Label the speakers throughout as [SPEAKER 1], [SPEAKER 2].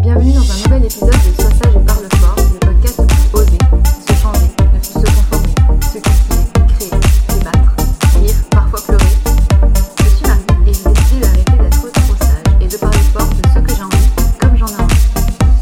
[SPEAKER 1] bienvenue dans un nouvel épisode de Sois sage et parle fort, le podcast où vous oser, se changer, ne plus se conformer, se critiquer, créer, débattre, rire, parfois pleurer. Je suis Marie et j'ai décidé d'arrêter d'être trop sage et de parler fort de ce que j'ai envie, comme j'en ai envie.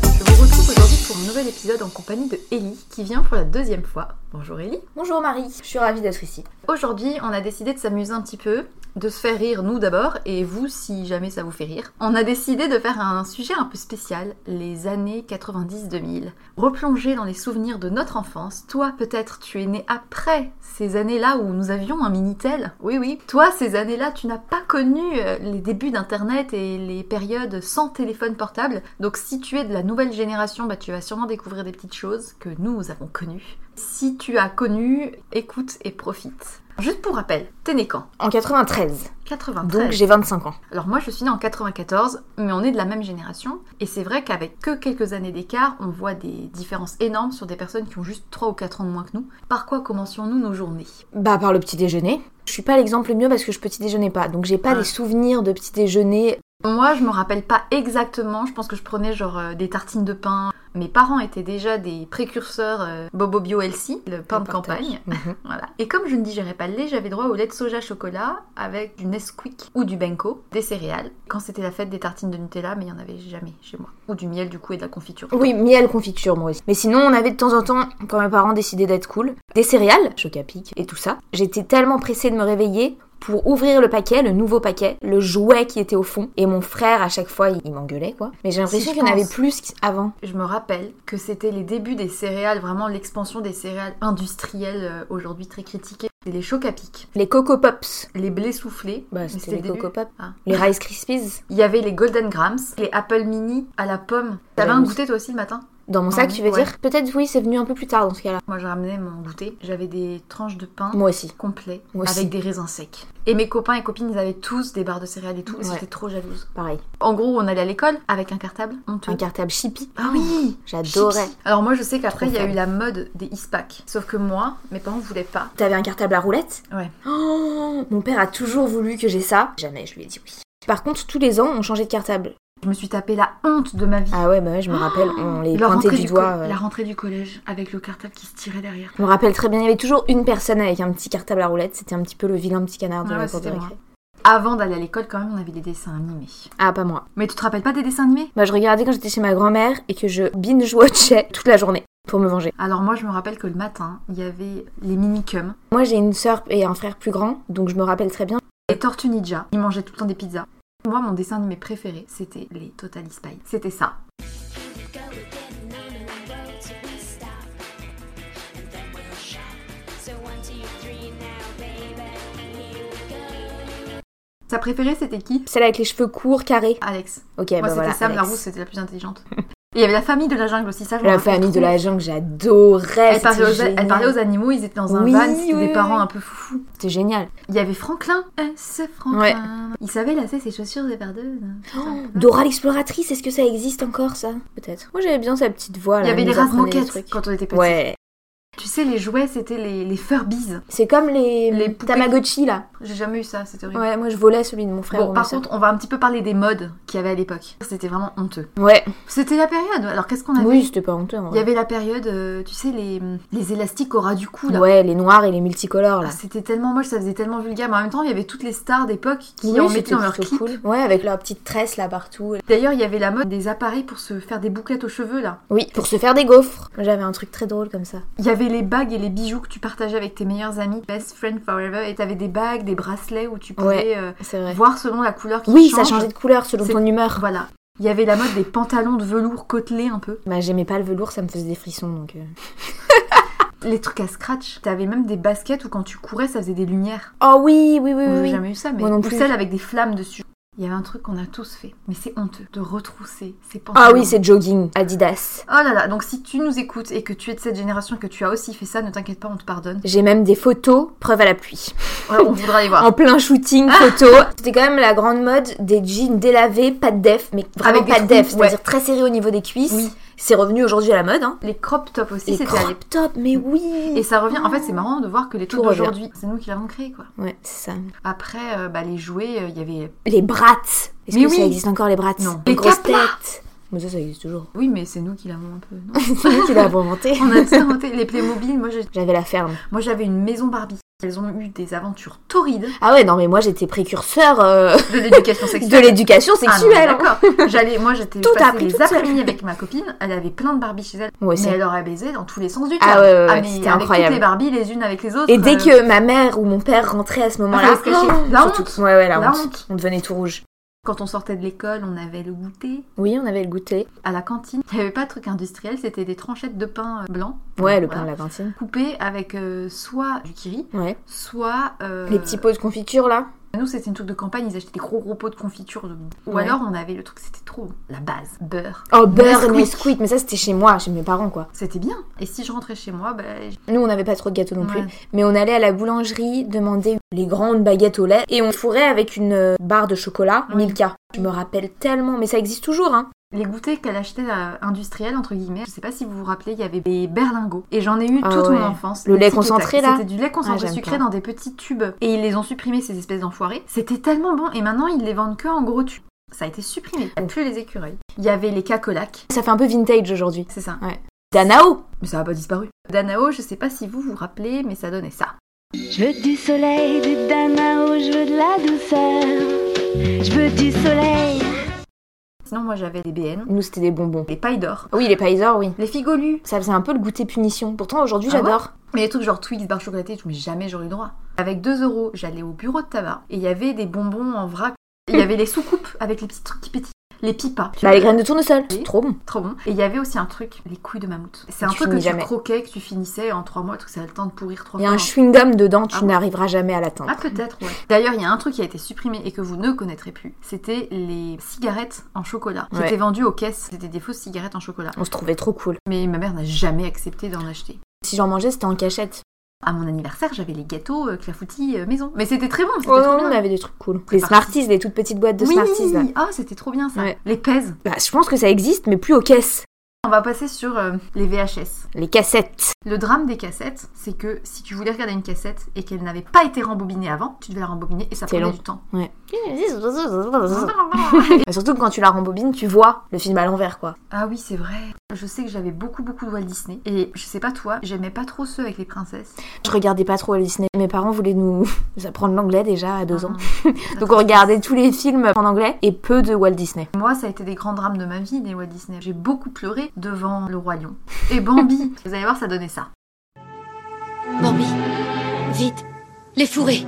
[SPEAKER 1] Je vous retrouve aujourd'hui pour un nouvel épisode en compagnie de Ellie qui vient pour la deuxième fois. Bonjour Ellie.
[SPEAKER 2] Bonjour Marie, je suis ravie d'être ici.
[SPEAKER 1] Aujourd'hui, on a décidé de s'amuser un petit peu de se faire rire nous d'abord et vous si jamais ça vous fait rire. On a décidé de faire un sujet un peu spécial, les années 90-2000. Replonger dans les souvenirs de notre enfance. Toi peut-être tu es né après ces années-là où nous avions un minitel. Oui oui. Toi ces années-là tu n'as pas connu euh, les débuts d'internet et les périodes sans téléphone portable. Donc si tu es de la nouvelle génération, bah tu vas sûrement découvrir des petites choses que nous avons connues. Si tu as connu, écoute et profite. Juste pour rappel, t'es né quand
[SPEAKER 2] En 93.
[SPEAKER 1] 93.
[SPEAKER 2] Donc j'ai 25 ans.
[SPEAKER 1] Alors moi je suis née en 94, mais on est de la même génération. Et c'est vrai qu'avec que quelques années d'écart, on voit des différences énormes sur des personnes qui ont juste 3 ou 4 ans de moins que nous. Par quoi commencions-nous nos journées
[SPEAKER 2] Bah par le petit déjeuner. Je suis pas l'exemple mieux parce que je petit déjeuner pas, donc j'ai pas ah. des souvenirs de petit déjeuner.
[SPEAKER 1] Moi je me rappelle pas exactement, je pense que je prenais genre euh, des tartines de pain, mes parents étaient déjà des précurseurs euh, Bobo Bio LC, le pain le de campagne. Mmh.
[SPEAKER 2] Mhm.
[SPEAKER 1] voilà. Et comme je ne digérais pas le lait, j'avais droit au lait de soja chocolat avec du Nesquik ou du Benko, des céréales. Quand c'était la fête des tartines de Nutella, mais il n'y en avait jamais chez moi. Ou du miel du coup et de la confiture.
[SPEAKER 2] Oui, miel, confiture moi aussi. Mais sinon, on avait de temps en temps, quand mes parents décidaient d'être cool, des céréales, Chocapic et tout ça. J'étais tellement pressée de me réveiller pour ouvrir le paquet, le nouveau paquet, le jouet qui était au fond. Et mon frère, à chaque fois, il m'engueulait, quoi. Mais j'ai l'impression si qu'il y en avait plus avant.
[SPEAKER 1] Je me rappelle que c'était les débuts des céréales, vraiment l'expansion des céréales industrielles, euh, aujourd'hui très critiquées. C'était les chocs à pic.
[SPEAKER 2] Les Coco Pops.
[SPEAKER 1] Les blés soufflés.
[SPEAKER 2] Bah, c'était les Coco Pops. Ah. Les Rice Krispies.
[SPEAKER 1] Il y avait les Golden Grams, les Apple Mini à la pomme. T'avais un goûter toi aussi le matin
[SPEAKER 2] Dans mon sac,
[SPEAKER 3] Ah oui,
[SPEAKER 2] tu veux
[SPEAKER 3] ouais.
[SPEAKER 2] dire Peut-être, oui, c'est venu un peu plus tard dans ce cas-là.
[SPEAKER 3] Moi, j'ai ramené mon goûter. J'avais des tranches de pain
[SPEAKER 2] Moi aussi.
[SPEAKER 3] complet
[SPEAKER 2] Moi aussi.
[SPEAKER 3] avec des raisins secs. Et mes copains et copines, ils avaient tous des barres de céréales et tout.
[SPEAKER 2] Ouais.
[SPEAKER 3] J'étais trop jalouse.
[SPEAKER 2] Pareil.
[SPEAKER 3] En gros, on allait à l'école avec un cartable honteux.
[SPEAKER 2] Un cartable chippy.
[SPEAKER 3] Ah oui
[SPEAKER 2] J'adorais.
[SPEAKER 3] Chips. Alors moi, je sais qu'après, il
[SPEAKER 2] Trop
[SPEAKER 3] y a
[SPEAKER 2] fan.
[SPEAKER 3] eu la mode des ispacks. Sauf que moi, mes parents voulaient pas.
[SPEAKER 2] T'avais un cartable à roulette
[SPEAKER 3] Ouais.
[SPEAKER 2] Oh, mon père a toujours voulu que j'ai ça. Jamais, je lui ai dit oui. Par contre, tous les ans, on changeait de cartable.
[SPEAKER 3] Je me suis tapé la honte de ma vie.
[SPEAKER 2] Ah ouais, bah ouais, je me rappelle, on les
[SPEAKER 3] La
[SPEAKER 2] pointait
[SPEAKER 3] rentrée
[SPEAKER 2] du
[SPEAKER 3] du
[SPEAKER 2] doigt.
[SPEAKER 3] co-
[SPEAKER 2] euh.
[SPEAKER 3] La rentrée du collège avec le cartable qui se tirait derrière.
[SPEAKER 2] Je me rappelle très bien, il y avait toujours une personne avec un petit cartable à roulette. C'était un petit peu le vilain petit canard de
[SPEAKER 3] Ah
[SPEAKER 2] la
[SPEAKER 3] ouais,
[SPEAKER 2] cour de
[SPEAKER 3] c'était
[SPEAKER 2] récré.
[SPEAKER 3] Avant d'aller à l'école, quand même, on avait des dessins animés.
[SPEAKER 2] Ah, pas moi.
[SPEAKER 3] Mais tu te rappelles pas des dessins animés
[SPEAKER 2] Bah, je regardais quand j'étais chez ma grand-mère et que je binge-watchais toute la journée pour me venger.
[SPEAKER 3] Alors moi, je me rappelle que le matin, il y avait les minicums,
[SPEAKER 2] Moi, j'ai une sœur et un frère plus grand, donc je me rappelle très bien.
[SPEAKER 3] les tortues ninja. Ils mangeaient tout le temps des pizzas. Moi, mon dessin animé préféré, c'était les Total Spies. C'était ça. Sa préférée, c'était qui
[SPEAKER 2] Celle avec les cheveux courts, carrés.
[SPEAKER 3] Alex.
[SPEAKER 2] Ok,
[SPEAKER 3] Moi,
[SPEAKER 2] bah
[SPEAKER 3] c'était
[SPEAKER 2] voilà.
[SPEAKER 3] Sam
[SPEAKER 2] Alex.
[SPEAKER 3] la rousse, c'était la plus intelligente. Et il y avait la famille de la jungle aussi, ça je me
[SPEAKER 2] La
[SPEAKER 3] rappelle
[SPEAKER 2] famille de
[SPEAKER 3] trop.
[SPEAKER 2] la jungle, j'adorais.
[SPEAKER 3] Elle parlait, aux,
[SPEAKER 2] c'était
[SPEAKER 3] elle parlait
[SPEAKER 2] génial.
[SPEAKER 3] aux animaux, ils étaient dans un
[SPEAKER 2] Oui,
[SPEAKER 3] van, c'était
[SPEAKER 2] oui,
[SPEAKER 3] des parents
[SPEAKER 2] oui.
[SPEAKER 3] un peu foufous.
[SPEAKER 2] C'était génial.
[SPEAKER 3] Il y avait Franklin. Eh, c'est Franklin.
[SPEAKER 2] Ouais.
[SPEAKER 3] Il savait lasser ses chaussures des perdeuses. Mhm.
[SPEAKER 2] Dora l'exploratrice, est-ce que ça existe encore ça Peut-être. Moi j'aime bien sa petite voix.
[SPEAKER 3] Il
[SPEAKER 2] Là,
[SPEAKER 3] y avait
[SPEAKER 2] elle
[SPEAKER 3] les
[SPEAKER 2] nous
[SPEAKER 3] rases
[SPEAKER 2] apprenait des
[SPEAKER 3] moquettes
[SPEAKER 2] trucs.
[SPEAKER 3] quand on était petits.
[SPEAKER 2] Ouais.
[SPEAKER 3] Tu sais, les jouets, c'était les, les Furbies.
[SPEAKER 2] C'est comme les,
[SPEAKER 3] Les poupées.
[SPEAKER 2] Tamagotchi là.
[SPEAKER 3] J'ai jamais eu ça, c'était horrible.
[SPEAKER 2] Ouais, moi je volais celui de mon frère.
[SPEAKER 3] Bon,
[SPEAKER 2] ou
[SPEAKER 3] par
[SPEAKER 2] ma sœur.
[SPEAKER 3] contre, on va un petit peu parler des modes qu'il y avait à l'époque. C'était vraiment honteux.
[SPEAKER 2] Ouais.
[SPEAKER 3] C'était la période. Alors, qu'est-ce qu'on avait
[SPEAKER 2] Oui, c'était pas honteux en
[SPEAKER 3] Il y
[SPEAKER 2] vrai.
[SPEAKER 3] avait la période, euh, tu sais, les, les élastiques au ras du cou, là.
[SPEAKER 2] Ouais, les noirs et les multicolores là.
[SPEAKER 3] Ah, c'était tellement moche, ça faisait tellement vulgaire. Mais en même temps, il y avait toutes les stars d'époque qui
[SPEAKER 2] Oui,
[SPEAKER 3] en
[SPEAKER 2] c'était
[SPEAKER 3] mettaient dans leur
[SPEAKER 2] plutôt
[SPEAKER 3] clip.
[SPEAKER 2] cool. Ouais, avec leur petite tresse là partout.
[SPEAKER 3] D'ailleurs, il y avait la mode des appareils pour se faire des bouclettes aux cheveux, là.
[SPEAKER 2] Oui, pour se faire des gaufres. J'avais un truc très drôle comme ça.
[SPEAKER 3] Il y avait les bagues et les bijoux que tu partageais avec tes meilleurs amis, best friend forever, et t'avais des bagues, des bracelets où tu pouvais euh,
[SPEAKER 2] C'est vrai.
[SPEAKER 3] voir selon la couleur qui
[SPEAKER 2] Oui,
[SPEAKER 3] change.
[SPEAKER 2] ça changeait de couleur selon
[SPEAKER 3] C'est-
[SPEAKER 2] ton humeur.
[SPEAKER 3] Voilà. Il y avait la mode des pantalons de velours côtelés un peu,
[SPEAKER 2] Bah, j'aimais pas le velours, ça me faisait des frissons donc. euh.
[SPEAKER 3] les trucs à scratch. T'avais même des baskets où quand tu courais, ça faisait des lumières.
[SPEAKER 2] Oh oui, oui,
[SPEAKER 3] Moi,
[SPEAKER 2] oui, oui.
[SPEAKER 3] J'ai
[SPEAKER 2] oui.
[SPEAKER 3] jamais eu ça, mais
[SPEAKER 2] Moi non
[SPEAKER 3] ou
[SPEAKER 2] plus.
[SPEAKER 3] celles avec des flammes dessus. Il y avait un truc qu'on a tous fait, mais c'est honteux de retrousser ces pantalons.
[SPEAKER 2] Ah oui, c'est jogging, Adidas.
[SPEAKER 3] Oh là là, donc si tu nous écoutes et que tu es de cette génération et que tu as aussi fait ça, ne t'inquiète pas, on te pardonne.
[SPEAKER 2] J'ai même des photos, preuve à l'appui.
[SPEAKER 3] Voilà, on voudra les voir.
[SPEAKER 2] En plein shooting,
[SPEAKER 3] Ah.
[SPEAKER 2] photo. C'était quand même la grande mode des jeans délavés, pas de def, mais vraiment
[SPEAKER 3] Avec des
[SPEAKER 2] pas de def,
[SPEAKER 3] trous, ouais.
[SPEAKER 2] c'est-à-dire très serré au niveau des cuisses.
[SPEAKER 3] Oui.
[SPEAKER 2] C'est revenu aujourd'hui à la mode, hein.
[SPEAKER 3] Les crop tops aussi,
[SPEAKER 2] Les
[SPEAKER 3] c'était à l'époque.
[SPEAKER 2] crop top, mais oui.
[SPEAKER 3] Et ça revient. En fait, c'est marrant de voir que les
[SPEAKER 2] Tout
[SPEAKER 3] taux
[SPEAKER 2] revient.
[SPEAKER 3] d'aujourd'hui, c'est nous qui l'avons créé, quoi.
[SPEAKER 2] Ouais, c'est ça.
[SPEAKER 3] Après, euh, bah, les jouets, euh, il y avait.
[SPEAKER 2] Les brats. Est-ce que
[SPEAKER 3] Mais oui.
[SPEAKER 2] ça existe encore les brats
[SPEAKER 3] Non.
[SPEAKER 2] Les
[SPEAKER 3] Les
[SPEAKER 2] grosses
[SPEAKER 3] caplas.
[SPEAKER 2] têtes. Mais ça, ça existe toujours.
[SPEAKER 3] Oui, mais c'est nous qui l'avons un peu. non
[SPEAKER 2] C'est lui qui l'a inventé.
[SPEAKER 3] On a tout inventé. Les Playmobil, moi, j'ai-
[SPEAKER 2] J'avais la ferme.
[SPEAKER 3] moi, j'avais une maison Barbie. Elles ont eu des aventures torrides
[SPEAKER 2] Ah ouais, non, mais moi j'étais précurseur euh,
[SPEAKER 3] de l'éducation
[SPEAKER 2] de
[SPEAKER 3] sexuelle.
[SPEAKER 2] l'éducation
[SPEAKER 3] Ah non,
[SPEAKER 2] sexuelle. hein.
[SPEAKER 3] d'accord. J'allais, moi, j'étais
[SPEAKER 2] Tout
[SPEAKER 3] passée
[SPEAKER 2] appris
[SPEAKER 3] les
[SPEAKER 2] toute seule.
[SPEAKER 3] après-midi avec ma copine. Elle avait plein de Barbie chez elle,
[SPEAKER 2] Moi aussi.
[SPEAKER 3] mais elle aurait baisé dans tous les sens du
[SPEAKER 2] Ah
[SPEAKER 3] terme.
[SPEAKER 2] ouais, ouais, ouais,
[SPEAKER 3] mais
[SPEAKER 2] c'était
[SPEAKER 3] avec
[SPEAKER 2] incroyable.
[SPEAKER 3] Toutes les Barbies, les unes avec les autres.
[SPEAKER 2] Et dès
[SPEAKER 3] euh,
[SPEAKER 2] que ma mère ou mon père rentrait à ce moment-là,
[SPEAKER 3] Ah, parce que j'ai- la
[SPEAKER 2] surtout-
[SPEAKER 3] honte.
[SPEAKER 2] ouais, ouais, la,
[SPEAKER 3] La
[SPEAKER 2] honte.
[SPEAKER 3] honte.
[SPEAKER 2] On devenait tout rouge.
[SPEAKER 3] quand on sortait de l'école, on avait le goûter.
[SPEAKER 2] Oui, on avait le goûter.
[SPEAKER 3] À la cantine, il n'y avait pas de truc industriel, c'était des tranchettes de pain euh, blanc.
[SPEAKER 2] Ouais, le
[SPEAKER 3] Voilà.
[SPEAKER 2] pain de la cantine.
[SPEAKER 3] coupé avec euh, soit du kiri,
[SPEAKER 2] Ouais.
[SPEAKER 3] soit... euh,
[SPEAKER 2] Les petits pots de confiture là.
[SPEAKER 3] Nous, c'était une truc de campagne, ils achetaient des gros gros pots de confiture. de- Ou
[SPEAKER 2] Ouais.
[SPEAKER 3] alors, on avait le truc, c'était trop bon. La base, beurre.
[SPEAKER 2] Oh, beurre,
[SPEAKER 3] Nesquik.
[SPEAKER 2] Nesquik. Mais ça, c'était chez moi, chez mes parents quoi.
[SPEAKER 3] C'était bien. Et si je rentrais chez moi, bah, j-
[SPEAKER 2] Nous, on n'avait pas trop de gâteaux non
[SPEAKER 3] Ouais.
[SPEAKER 2] plus. Mais on allait à la boulangerie demander les grandes baguettes au lait et on fourrait avec une euh, barre de chocolat
[SPEAKER 3] Oui.
[SPEAKER 2] Milka. Je me rappelle tellement, mais ça existe toujours, hein.
[SPEAKER 3] les goûters qu'elle achetait euh, industriels, entre guillemets, je sais pas si vous vous rappelez, il y avait des berlingots. Et j'en ai eu
[SPEAKER 2] Ah
[SPEAKER 3] toute
[SPEAKER 2] ouais.
[SPEAKER 3] mon enfance.
[SPEAKER 2] Le
[SPEAKER 3] Des
[SPEAKER 2] lait
[SPEAKER 3] tickets tac.
[SPEAKER 2] concentré, là
[SPEAKER 3] C'était du lait concentré
[SPEAKER 2] Ah, j'aime
[SPEAKER 3] sucré
[SPEAKER 2] pas.
[SPEAKER 3] dans des petits tubes. Et ils les ont supprimés, ces espèces d'enfoirés. C'était tellement bon. Et maintenant, ils les vendent que en gros tubes. Ça a été supprimé. Il y a Plus les écureuils. Il y avait les cacolacs.
[SPEAKER 2] Ça fait un peu vintage aujourd'hui.
[SPEAKER 3] C'est ça.
[SPEAKER 2] Danao
[SPEAKER 3] Mais ça n'a pas disparu. Danao, je sais pas si vous vous rappelez, mais ça donnait ça.
[SPEAKER 4] Je veux du soleil, du danao, je veux de la douceur. Je veux du soleil.
[SPEAKER 3] Sinon, moi j'avais des BN,
[SPEAKER 2] Nous, c'était des bonbons.
[SPEAKER 3] les pailles d'or,
[SPEAKER 2] Oui, les paysors, oui.
[SPEAKER 3] les figolus,
[SPEAKER 2] Ça faisait un peu le goûter punition. Pourtant, aujourd'hui,
[SPEAKER 3] Ah
[SPEAKER 2] j'adore.
[SPEAKER 3] mais les trucs genre Twix, barres chocolatées, et tout, mais jamais j'aurais eu droit. Avec 2 euros, j'allais au bureau de tabac et il y avait des bonbons en vrac. Il y avait les soucoupes avec les petits trucs qui pétillent. les pipas.
[SPEAKER 2] Bah, les graines de tournesol,
[SPEAKER 3] Oui.
[SPEAKER 2] c'est trop bon.
[SPEAKER 3] Trop bon. Et il y avait aussi un truc, les couilles de mammouth. C'est un
[SPEAKER 2] Tu
[SPEAKER 3] truc que
[SPEAKER 2] finis
[SPEAKER 3] tu
[SPEAKER 2] jamais.
[SPEAKER 3] croquais, que tu finissais en trois mois, le truc, ça a le temps de pourrir trois
[SPEAKER 2] Il y a
[SPEAKER 3] fois.
[SPEAKER 2] un chewing-gum dedans, tu
[SPEAKER 3] Ah bon
[SPEAKER 2] n'arriveras jamais à l'atteindre.
[SPEAKER 3] Ah peut-être, ouais. D'ailleurs, il y a un truc qui a été supprimé et que vous ne connaîtrez plus. C'était les cigarettes en chocolat. Qui
[SPEAKER 2] Ouais.
[SPEAKER 3] étaient vendues aux caisses. C'était des fausses cigarettes en chocolat.
[SPEAKER 2] On se trouvait trop cool.
[SPEAKER 3] Mais ma mère n'a jamais accepté d'en acheter.
[SPEAKER 2] Si j'en mangeais, c'était en cachette.
[SPEAKER 3] À mon anniversaire, j'avais les gâteaux euh, clafoutis euh, maison. Mais c'était très bon, c'était
[SPEAKER 2] Oh
[SPEAKER 3] trop
[SPEAKER 2] non,
[SPEAKER 3] bien.
[SPEAKER 2] on avait des trucs cool. Les
[SPEAKER 3] parti.
[SPEAKER 2] Smarties, les toutes petites boîtes de
[SPEAKER 3] oui,
[SPEAKER 2] Smarties là.
[SPEAKER 3] ah c'était trop bien ça.
[SPEAKER 2] Ouais.
[SPEAKER 3] Les pèses.
[SPEAKER 2] Bah, je pense que ça existe, mais plus aux caisses.
[SPEAKER 3] On va passer sur euh, les VHS.
[SPEAKER 2] Les cassettes.
[SPEAKER 3] Le drame des cassettes, c'est que si tu voulais regarder une cassette et qu'elle n'avait pas été rembobinée avant, tu devais la rembobiner et ça
[SPEAKER 2] C'est
[SPEAKER 3] prenait
[SPEAKER 2] long.
[SPEAKER 3] du temps.
[SPEAKER 2] Et Bah, surtout que quand tu la rembobines, tu vois le film à l'envers quoi.
[SPEAKER 3] Ah oui, c'est vrai. Je sais que j'avais beaucoup beaucoup de Walt Disney et je sais pas toi, j'aimais pas trop ceux avec les princesses.
[SPEAKER 2] Je regardais pas trop Walt Disney. Mes parents voulaient nous, nous apprendre l'anglais déjà à deux
[SPEAKER 3] Ah, la
[SPEAKER 2] ans. Donc on
[SPEAKER 3] tristesse.
[SPEAKER 2] regardait tous les films en anglais et peu de Walt Disney.
[SPEAKER 3] Moi, ça a été des grands drames de ma vie, les Walt Disney. J'ai beaucoup pleuré devant le roi lion et Bambi. Vous allez voir, ça donnait ça.
[SPEAKER 5] Bambi, vite, les fourrés.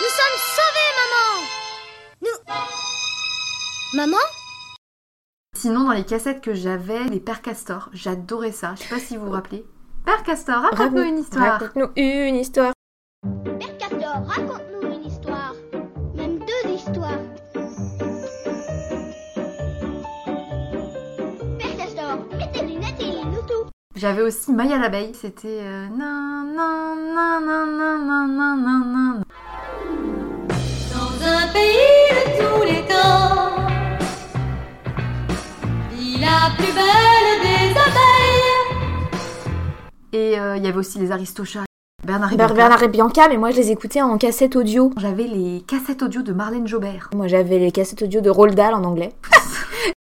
[SPEAKER 5] Nous sommes sauvés, maman. Nous. Maman
[SPEAKER 3] Sinon, dans les cassettes que j'avais, les Pères Castor, j'adorais ça. Je sais pas si vous vous rappelez. Père Castor, raconte-nous une histoire. Ah,
[SPEAKER 2] Raconte-nous une histoire.
[SPEAKER 6] Père Castor, raconte-nous une histoire. Même deux histoires. Père Castor, mets tes lunettes et lis-nous tout.
[SPEAKER 3] J'avais aussi Maya l'abeille. C'était euh, nan, nan, nan, nan, nan, nan, nan, nan, nan.
[SPEAKER 5] Dans un pays de tous les temps, vit la plus belle des abeilles.
[SPEAKER 3] Et euh, il y avait aussi les Aristochats. Bernard et
[SPEAKER 2] Ber-
[SPEAKER 3] Bianca.
[SPEAKER 2] Bah, Bernard et Bianca, mais moi je les écoutais en cassette audio.
[SPEAKER 3] J'avais les cassettes audio de Marlène Jobert.
[SPEAKER 2] Moi j'avais les cassettes audio de Roald Dahl en anglais.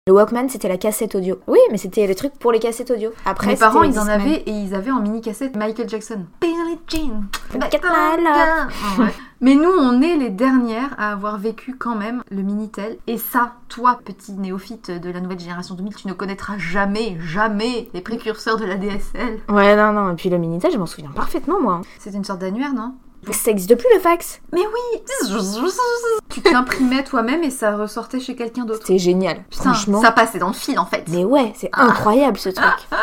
[SPEAKER 2] Le Walkman c'était la cassette audio. Oui, mais c'était les trucs pour les cassettes audio. Après,
[SPEAKER 3] Mes parents,
[SPEAKER 2] c'était les
[SPEAKER 3] ils en
[SPEAKER 2] Discman.
[SPEAKER 3] avaient et ils avaient en mini cassette Michael Jackson. Billie Jean.
[SPEAKER 2] Get my love.
[SPEAKER 3] Oh, ouais. Mais nous, on est les dernières à avoir vécu quand même le minitel. Et ça, toi, petit néophyte de la nouvelle génération 2000, tu ne connaîtras jamais, jamais les précurseurs de la DSL.
[SPEAKER 2] Ouais, non, non. Et puis le Minitel, je m'en souviens parfaitement moi.
[SPEAKER 3] C'est une sorte d'annuaire, non
[SPEAKER 2] Ça existe plus le fax.
[SPEAKER 3] Mais oui. Tu t'imprimais toi-même et ça ressortait chez quelqu'un d'autre.
[SPEAKER 2] C'était génial.
[SPEAKER 3] Putain,
[SPEAKER 2] Franchement.
[SPEAKER 3] ça Ah. passait dans le fil en fait.
[SPEAKER 2] Mais ouais, c'est incroyable ce truc.
[SPEAKER 3] Ah.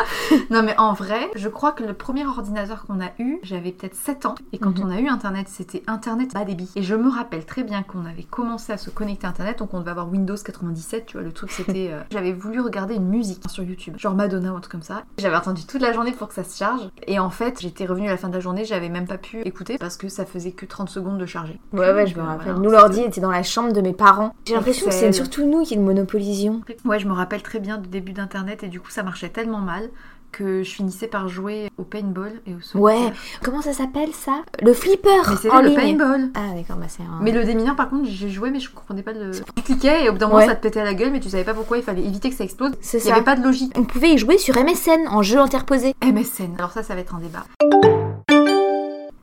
[SPEAKER 3] Non mais en vrai, je crois que le premier ordinateur qu'on a eu, j'avais peut-être 7 ans. Et quand
[SPEAKER 2] Mhm.
[SPEAKER 3] on a eu Internet, c'était Internet bas débit. Et je me rappelle très bien qu'on avait commencé à se connecter à Internet, donc on devait avoir Windows 97, tu vois, le truc c'était... euh, J'avais voulu regarder une musique sur YouTube, genre Madonna ou un truc comme ça. J'avais attendu toute la journée pour que ça se charge. Et en fait, j'étais revenue à la fin de la journée, j'avais même pas pu écouter parce que ça faisait que 30 secondes de charger. euh,
[SPEAKER 2] Ouais, ouais, je me
[SPEAKER 3] Voilà,
[SPEAKER 2] rappelle.
[SPEAKER 3] c'était-
[SPEAKER 2] Nous, l'ordi était dans la chambre de mes parents. J'ai l'impression que c'est
[SPEAKER 3] Excel.
[SPEAKER 2] surtout nous qui le monopolisions.
[SPEAKER 3] Ouais, je me rappelle très bien du début d'Internet et du coup ça marchait tellement mal que je finissais par jouer au paintball et au solitaire.
[SPEAKER 2] Ouais. Comment ça s'appelle ça Oh, Le flipper
[SPEAKER 3] Mais
[SPEAKER 2] en
[SPEAKER 3] c'était le
[SPEAKER 2] ligne.
[SPEAKER 3] paintball.
[SPEAKER 2] Ah, d'accord, bah c'est un.
[SPEAKER 3] Mais le démineur, par contre, j'ai joué, mais je comprenais pas le. Tu cliquais et au bout d'un moment,
[SPEAKER 2] Ouais.
[SPEAKER 3] ça te pétait à la gueule, mais tu savais pas pourquoi il fallait éviter que ça explose.
[SPEAKER 2] C'est
[SPEAKER 3] Il n'y
[SPEAKER 2] ça. Eh,
[SPEAKER 3] avait pas de logique.
[SPEAKER 2] On pouvait y jouer sur MSN en jeu interposé.
[SPEAKER 3] MSN. Alors, ça, ça va être un débat.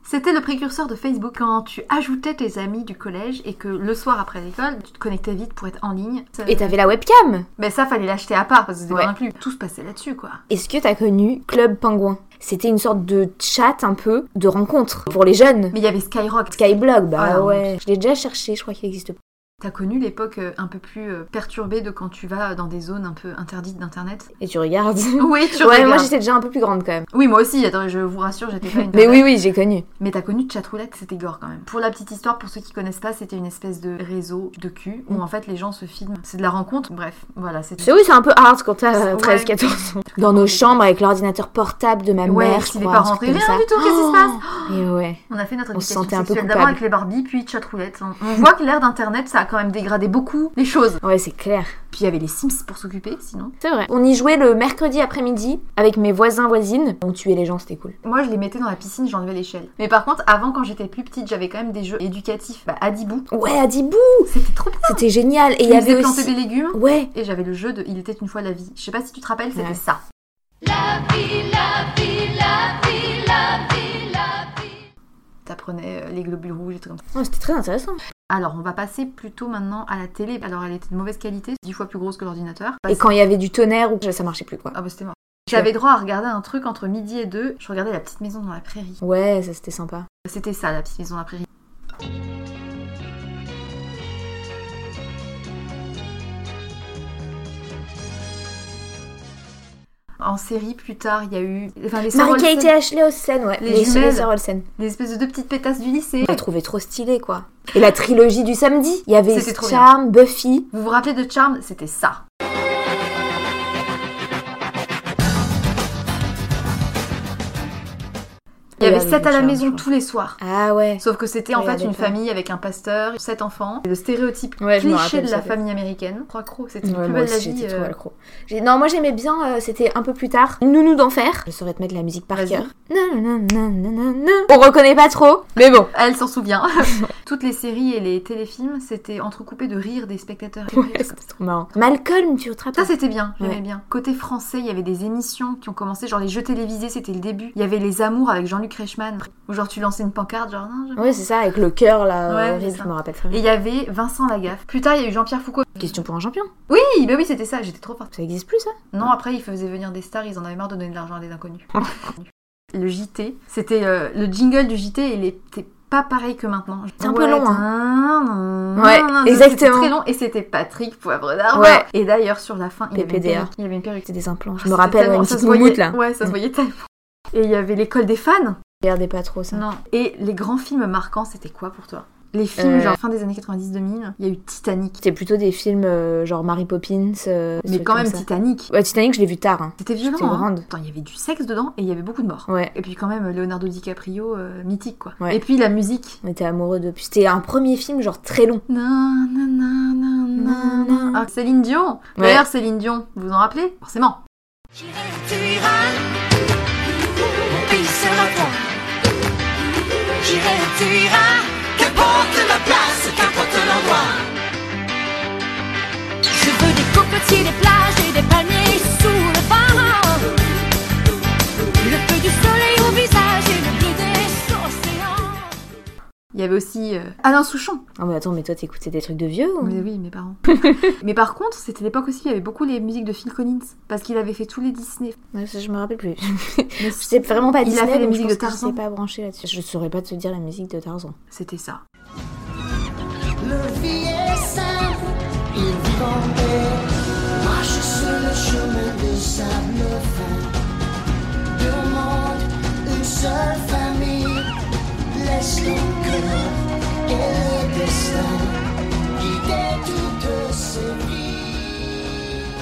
[SPEAKER 3] C'était le précurseur de Facebook quand tu ajoutais tes amis du collège et que le soir après l'école, tu te connectais vite pour être en ligne. Ça-
[SPEAKER 2] Et t'avais la webcam.
[SPEAKER 3] Mais ça, fallait l'acheter à part parce que c'était
[SPEAKER 2] Ouais.
[SPEAKER 3] pas inclus. Tout se passait là-dessus, quoi.
[SPEAKER 2] Est-ce que t'as connu Club Pingouin C'était une sorte de chat un peu de rencontre pour les jeunes.
[SPEAKER 3] Mais il y avait Skyrock.
[SPEAKER 2] Skyblog, bah
[SPEAKER 3] Ah, non.
[SPEAKER 2] ouais. Je l'ai déjà cherché, je crois qu'il existe pas.
[SPEAKER 3] T'as connu l'époque euh, un peu plus euh, perturbée de quand tu vas dans des zones un peu interdites d'internet
[SPEAKER 2] Et tu regardes.
[SPEAKER 3] Oui, tu
[SPEAKER 2] ouais,
[SPEAKER 3] regardes. Ah
[SPEAKER 2] moi j'étais déjà un peu plus grande quand même.
[SPEAKER 3] Oui, moi aussi. Attends, je vous rassure, j'étais pas une
[SPEAKER 2] Mais oui, oui, j'ai connu.
[SPEAKER 3] Mais t'as connu Chatroulette, c'était gore quand même. Pour la petite histoire, pour ceux qui connaissent pas, c'était une espèce de réseau de cul
[SPEAKER 2] Mm.
[SPEAKER 3] où en fait les gens se filment. C'est de la rencontre, bref, voilà. C'est
[SPEAKER 2] C'est oui, c'est un peu hard quand t'as euh,
[SPEAKER 3] Ouais.
[SPEAKER 2] 13, 14 ans. Dans nos chambres avec l'ordinateur portable de ma
[SPEAKER 3] Ouais,
[SPEAKER 2] mère, je
[SPEAKER 3] qui n'est
[SPEAKER 2] crois.
[SPEAKER 3] pas
[SPEAKER 2] un
[SPEAKER 3] rentré.
[SPEAKER 2] truc comme
[SPEAKER 3] Rien
[SPEAKER 2] ça. Oh
[SPEAKER 3] du tout, qu'est-ce qui se passe
[SPEAKER 2] Et ouais.
[SPEAKER 3] On a fait notre
[SPEAKER 2] On se
[SPEAKER 3] éducation
[SPEAKER 2] sentait un peu
[SPEAKER 3] sexuelle d'abord
[SPEAKER 2] coupable.
[SPEAKER 3] avec les Barbie, puis Chatroulette. On, on voit que l'ère d'internet, ça a quand même dégradé beaucoup les choses.
[SPEAKER 2] Ouais, c'est clair.
[SPEAKER 3] Puis il y avait les Sims pour s'occuper, sinon.
[SPEAKER 2] C'est vrai. On y jouait le mercredi après-midi avec mes voisins, voisines. On tuait les gens, c'était cool.
[SPEAKER 3] Moi, je les mettais dans la piscine, j'enlevais l'échelle. Mais par contre, avant, quand j'étais plus petite, j'avais quand même des jeux éducatifs. Bah, Adibou,
[SPEAKER 2] Ouais, à Dibou,
[SPEAKER 3] c'était trop bien.
[SPEAKER 2] c'était génial. Et il y
[SPEAKER 3] Ils faisaient
[SPEAKER 2] avait
[SPEAKER 3] planter
[SPEAKER 2] aussi.
[SPEAKER 3] des légumes.
[SPEAKER 2] Ouais.
[SPEAKER 3] Et j'avais le jeu de Il était une fois la vie. Je sais pas si tu te rappelles, c'était
[SPEAKER 2] Ouais.
[SPEAKER 3] ça.
[SPEAKER 5] La vie, la vie, la vie, la vie, la vie.
[SPEAKER 3] T'apprenais euh, les globules rouges et tout comme ça.
[SPEAKER 2] Ouais, C'était très intéressant.
[SPEAKER 3] Alors, on va passer plutôt maintenant à la télé. Alors, elle était de mauvaise qualité, 10 fois plus grosse que l'ordinateur.
[SPEAKER 2] Et quand il y avait du tonnerre, ou ça marchait plus quoi.
[SPEAKER 3] Ah bah c'était mort. J'avais droit à regarder un truc entre midi et deux. Je regardais la petite maison dans la prairie.
[SPEAKER 2] Ouais, ça c'était sympa.
[SPEAKER 3] C'était ça, la petite maison dans la prairie. En série, plus tard, il y a eu. Enfin, les sœurs
[SPEAKER 2] Marie-Kate
[SPEAKER 3] Olsen,
[SPEAKER 2] et Ashley Olsen, ouais.
[SPEAKER 3] Les
[SPEAKER 2] Les
[SPEAKER 3] jumelles.
[SPEAKER 2] les sœurs Olsen.
[SPEAKER 3] les espèces de deux petites pétasses du lycée.
[SPEAKER 2] Je l'ai trouvé trop stylé quoi. Et la trilogie du samedi, il y avait
[SPEAKER 3] C'était trop
[SPEAKER 2] Charm, Buffy.
[SPEAKER 3] Vous vous rappelez de Charm C'était ça. Il y avait
[SPEAKER 2] Ouais,
[SPEAKER 3] sept à la
[SPEAKER 2] Ah, Charm, je
[SPEAKER 3] maison
[SPEAKER 2] crois.
[SPEAKER 3] tous les soirs.
[SPEAKER 2] Ah ouais.
[SPEAKER 3] Sauf que c'était en
[SPEAKER 2] Je
[SPEAKER 3] fait
[SPEAKER 2] regardais
[SPEAKER 3] une
[SPEAKER 2] pas.
[SPEAKER 3] famille avec un pasteur, sept enfants, le stéréotype
[SPEAKER 2] Ouais, je me
[SPEAKER 3] cliché
[SPEAKER 2] rappelle
[SPEAKER 3] de
[SPEAKER 2] ça,
[SPEAKER 3] la
[SPEAKER 2] fait.
[SPEAKER 3] famille américaine. Trois crocs, c'était le
[SPEAKER 2] Ouais,
[SPEAKER 3] plus
[SPEAKER 2] moi
[SPEAKER 3] belle la
[SPEAKER 2] aussi,
[SPEAKER 3] vie.
[SPEAKER 2] j'étais
[SPEAKER 3] euh,
[SPEAKER 2] trop accro. J'ai- Non, moi j'aimais bien, euh, c'était un peu plus tard. Nounou d'enfer. Je saurais te mettre la musique par
[SPEAKER 3] Vas-y.
[SPEAKER 2] cœur. Non, non, non, non, non, non. On reconnaît pas trop, mais bon.
[SPEAKER 3] Elle s'en souvient. Toutes les séries et les téléfilms, c'était entrecoupé de rire des spectateurs.
[SPEAKER 2] Ouais, c'était trop marrant. Malcolm, tu rattrapes
[SPEAKER 3] Ça c'était bien, j'aimais
[SPEAKER 2] Ouais.
[SPEAKER 3] bien. Côté français, il y avait des émissions qui ont commencé, genre les jeux télévisés, c'était le début. Il y avait les amours avec Jean-Luc Reichmann, où genre tu lançais une pancarte, genre non, je-
[SPEAKER 2] Ouais, c'est ça, avec le cœur là,
[SPEAKER 3] Ouais,
[SPEAKER 2] horrible,
[SPEAKER 3] c'est ça.
[SPEAKER 2] je me rappelle très
[SPEAKER 3] Et
[SPEAKER 2] bien.
[SPEAKER 3] il y avait Vincent Lagaffe. Plus tard, il y a eu Jean-Pierre Foucault.
[SPEAKER 2] Question pour un champion.
[SPEAKER 3] Oui, bah oui, c'était ça, j'étais trop forte.
[SPEAKER 2] Ça existe plus ça
[SPEAKER 3] Non, après, ils faisaient venir des stars, ils en avaient marre de donner de l'argent à des inconnus. le JT, c'était euh, le jingle du JT, il était pas pareil que maintenant.
[SPEAKER 2] C'est un peu long,
[SPEAKER 3] hein.
[SPEAKER 2] Ouais,
[SPEAKER 3] C'était
[SPEAKER 2] exactement.
[SPEAKER 3] très long, et c'était Patrick Poivre d'Arvor.
[SPEAKER 2] Ouais.
[SPEAKER 3] Et d'ailleurs, sur la fin, il y avait une
[SPEAKER 2] PPDA.
[SPEAKER 3] perruque. Il y avait une perruque.
[SPEAKER 2] C'est des implants. Je
[SPEAKER 3] C'était
[SPEAKER 2] me rappelle
[SPEAKER 3] tellement-
[SPEAKER 2] une
[SPEAKER 3] ça
[SPEAKER 2] petite
[SPEAKER 3] se voyait-
[SPEAKER 2] moumoute là.
[SPEAKER 3] Ouais, ça se voyait tellement. Et il y avait l'école des fans.
[SPEAKER 2] Je regardais pas trop ça.
[SPEAKER 3] Non. Et les grands films marquants, c'était quoi pour toi Les films
[SPEAKER 2] Euh.
[SPEAKER 3] genre fin des années 90-2000, il y a eu Titanic.
[SPEAKER 2] C'était plutôt des films euh, genre Mary Poppins. euh, des
[SPEAKER 3] Mais
[SPEAKER 2] trucs
[SPEAKER 3] quand
[SPEAKER 2] comme
[SPEAKER 3] même
[SPEAKER 2] ça.
[SPEAKER 3] Titanic.
[SPEAKER 2] Ouais, Titanic, je l'ai vu tard. hein.
[SPEAKER 3] C'était violent.
[SPEAKER 2] J'étais
[SPEAKER 3] hein.
[SPEAKER 2] grande.
[SPEAKER 3] Attends, il y avait du sexe dedans et il y avait beaucoup de morts.
[SPEAKER 2] Ouais.
[SPEAKER 3] Et puis quand même Leonardo DiCaprio euh, mythique quoi.
[SPEAKER 2] Ouais.
[SPEAKER 3] Et puis la musique.
[SPEAKER 2] On était amoureux de. Puis C'était un premier film genre très long.
[SPEAKER 3] Nan, nan, nan, nan, nan, nan. Ah, Céline Dion.
[SPEAKER 2] Ouais.
[SPEAKER 3] D'ailleurs Céline Dion, vous vous en rappelez Forcément.
[SPEAKER 5] Tu iras, pays sur la pointe. J'irai, tu iras, qu'importe la place, qu'importe l'endroit. Je veux des cocotiers, des plages et des palmiers sous le vent. Le feu du soleil au visage et le bleu des océans.
[SPEAKER 3] Il y avait aussi euh, Alain Souchon.
[SPEAKER 2] Ah, mais attends, mais toi t'écoutais des trucs de vieux ou...
[SPEAKER 3] Mais oui, mes parents. mais par contre, c'était l'époque aussi, il y avait beaucoup les musiques de Phil Collins, parce qu'il avait fait tous les Disney.
[SPEAKER 2] Ouais, ça, je me rappelle plus.
[SPEAKER 3] Mais
[SPEAKER 2] Je sais vraiment pas
[SPEAKER 3] Il a
[SPEAKER 2] Disney,
[SPEAKER 3] fait les
[SPEAKER 2] donc
[SPEAKER 3] musiques
[SPEAKER 2] je
[SPEAKER 3] de
[SPEAKER 2] pense que
[SPEAKER 3] Tarzan.
[SPEAKER 2] Je sais pas branché là-dessus. Je saurais pas te dire la musique de Tarzan.
[SPEAKER 3] C'était ça.
[SPEAKER 5] Leur vie est simple, ils vivent en paix. Marche sur le chemin des sable fins. Deux mondes, une seule famille. Laisse ton cœur et le destin guider toutes ces vies.